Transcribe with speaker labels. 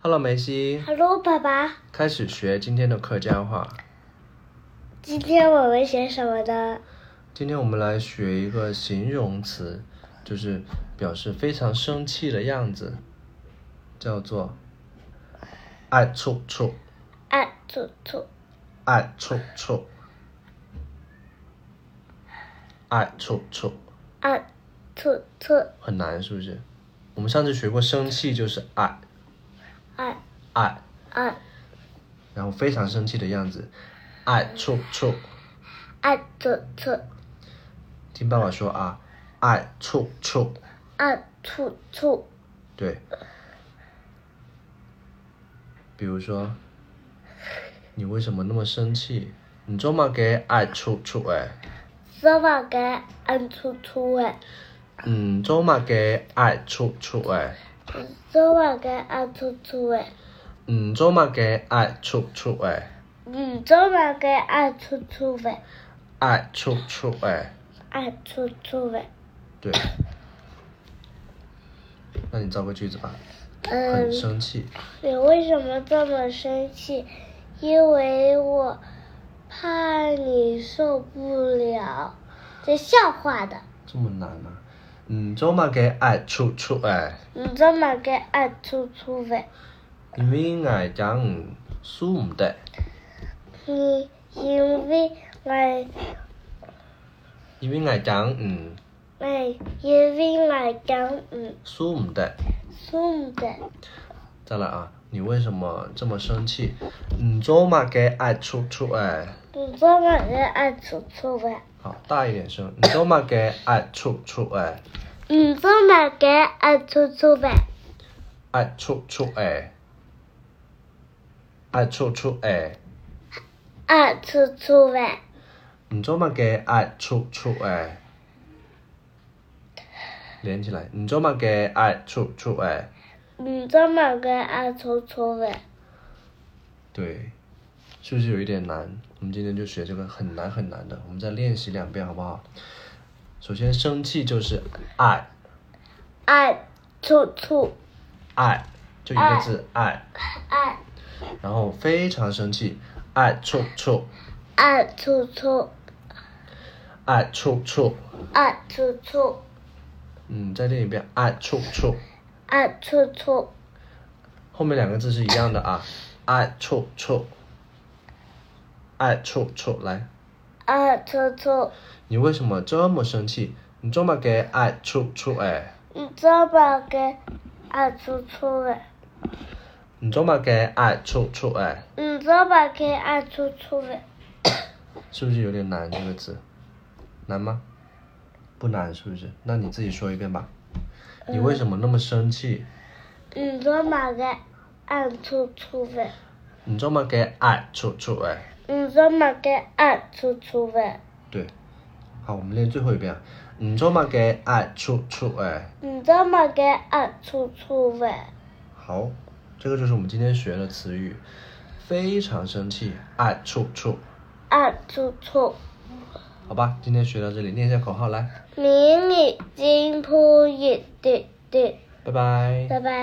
Speaker 1: Hello，梅西，
Speaker 2: Hello，爸爸，
Speaker 1: 开始学今天的客家话。
Speaker 2: 今天我们学什么呢？
Speaker 1: 今天我们来学一个形容词，就是表示非常生气的样子，叫做“爱臭臭
Speaker 2: 啊，兔兔，”，
Speaker 1: 爱臭臭，爱臭臭，
Speaker 2: 啊，兔兔，
Speaker 1: 很难是不是？我们上次学过生气就是爱
Speaker 2: 啊
Speaker 1: 爱，
Speaker 2: 啊
Speaker 1: 然后非常生气的样子，爱臭臭。
Speaker 2: 啊，兔兔，
Speaker 1: 听爸爸说啊，爱臭臭，
Speaker 2: 啊兔兔，
Speaker 1: 对。比如说，你为什么那么生气？你做嘛给爱臭臭哎？
Speaker 2: 怎么给俺兔兔哎？
Speaker 1: 嗯，做嘛给爱臭臭哎？
Speaker 2: 怎么给俺兔兔哎？
Speaker 1: 嗯，做嘛给爱臭臭哎？
Speaker 2: 嗯，怎么给俺兔兔哎？
Speaker 1: 爱臭臭哎？
Speaker 2: 俺兔兔哎？
Speaker 1: 对。那你造个句子吧，
Speaker 2: 嗯
Speaker 1: 很，生气，
Speaker 2: 你为什么这么生气？因为我怕你受不了，这笑话的。
Speaker 1: 这么难吗、嗯，做嘛给爱臭臭哎？
Speaker 2: 你怎么给俺出出呗？
Speaker 1: 因为爱讲嗯输唔得，
Speaker 2: 你因为俺
Speaker 1: 因为爱讲嗯
Speaker 2: 俺因为俺讲嗯
Speaker 1: 输唔得。
Speaker 2: 送的，
Speaker 1: 再来啊，你为什么这么生气？唔做嘛给爱出出哎。
Speaker 2: 你怎么给俺出出呗？
Speaker 1: 好，大一点声。唔做嘛给爱出出哎，
Speaker 2: 你怎么给俺出出呗？
Speaker 1: 爱出出哎，爱出出哎。
Speaker 2: 俺出出呗？
Speaker 1: 唔做嘛给爱出出哎。连起来，唔做嘛给爱出出哎。
Speaker 2: 你怎么给俺出出呗？
Speaker 1: 对，是不是有一点难？我们今天就学这个很难很难的，我们再练习两遍好不好？首先，生气就是爱
Speaker 2: 俺出出
Speaker 1: 爱，就一个字爱，
Speaker 2: 俺
Speaker 1: 然后非常生气，爱臭臭，
Speaker 2: 俺出出
Speaker 1: 爱臭臭，
Speaker 2: 俺出出
Speaker 1: 嗯，再练一遍，爱臭臭，
Speaker 2: 俺啊出出
Speaker 1: 后面两个字是一样的啊，爱臭臭，爱臭臭，来，
Speaker 2: 俺出出，
Speaker 1: 你为什么这么生气？你这么给爱臭臭哎，
Speaker 2: 你怎么给俺出出呗？
Speaker 1: 你这么给爱臭臭哎。
Speaker 2: 你怎么给俺出出呗？
Speaker 1: 是不是有点难这个词？难吗？不难，是不是？那你自己说一遍吧。你为什么那么生气？
Speaker 2: 你怎么给啊俺出出呗？
Speaker 1: 你这么给爱出出哎？
Speaker 2: 你怎么给俺出出呗？
Speaker 1: 对，好，我们练最后一遍啊。你这么给爱出出哎？
Speaker 2: 你怎么给啊俺出出呗？
Speaker 1: 好，这个就是我们今天学的词语。非常生气，哎爱出出，
Speaker 2: 俺出出，
Speaker 1: 好吧，今天学到这里，念一下口号来，
Speaker 2: 明日金铺一对对，
Speaker 1: 拜拜。
Speaker 2: 拜拜。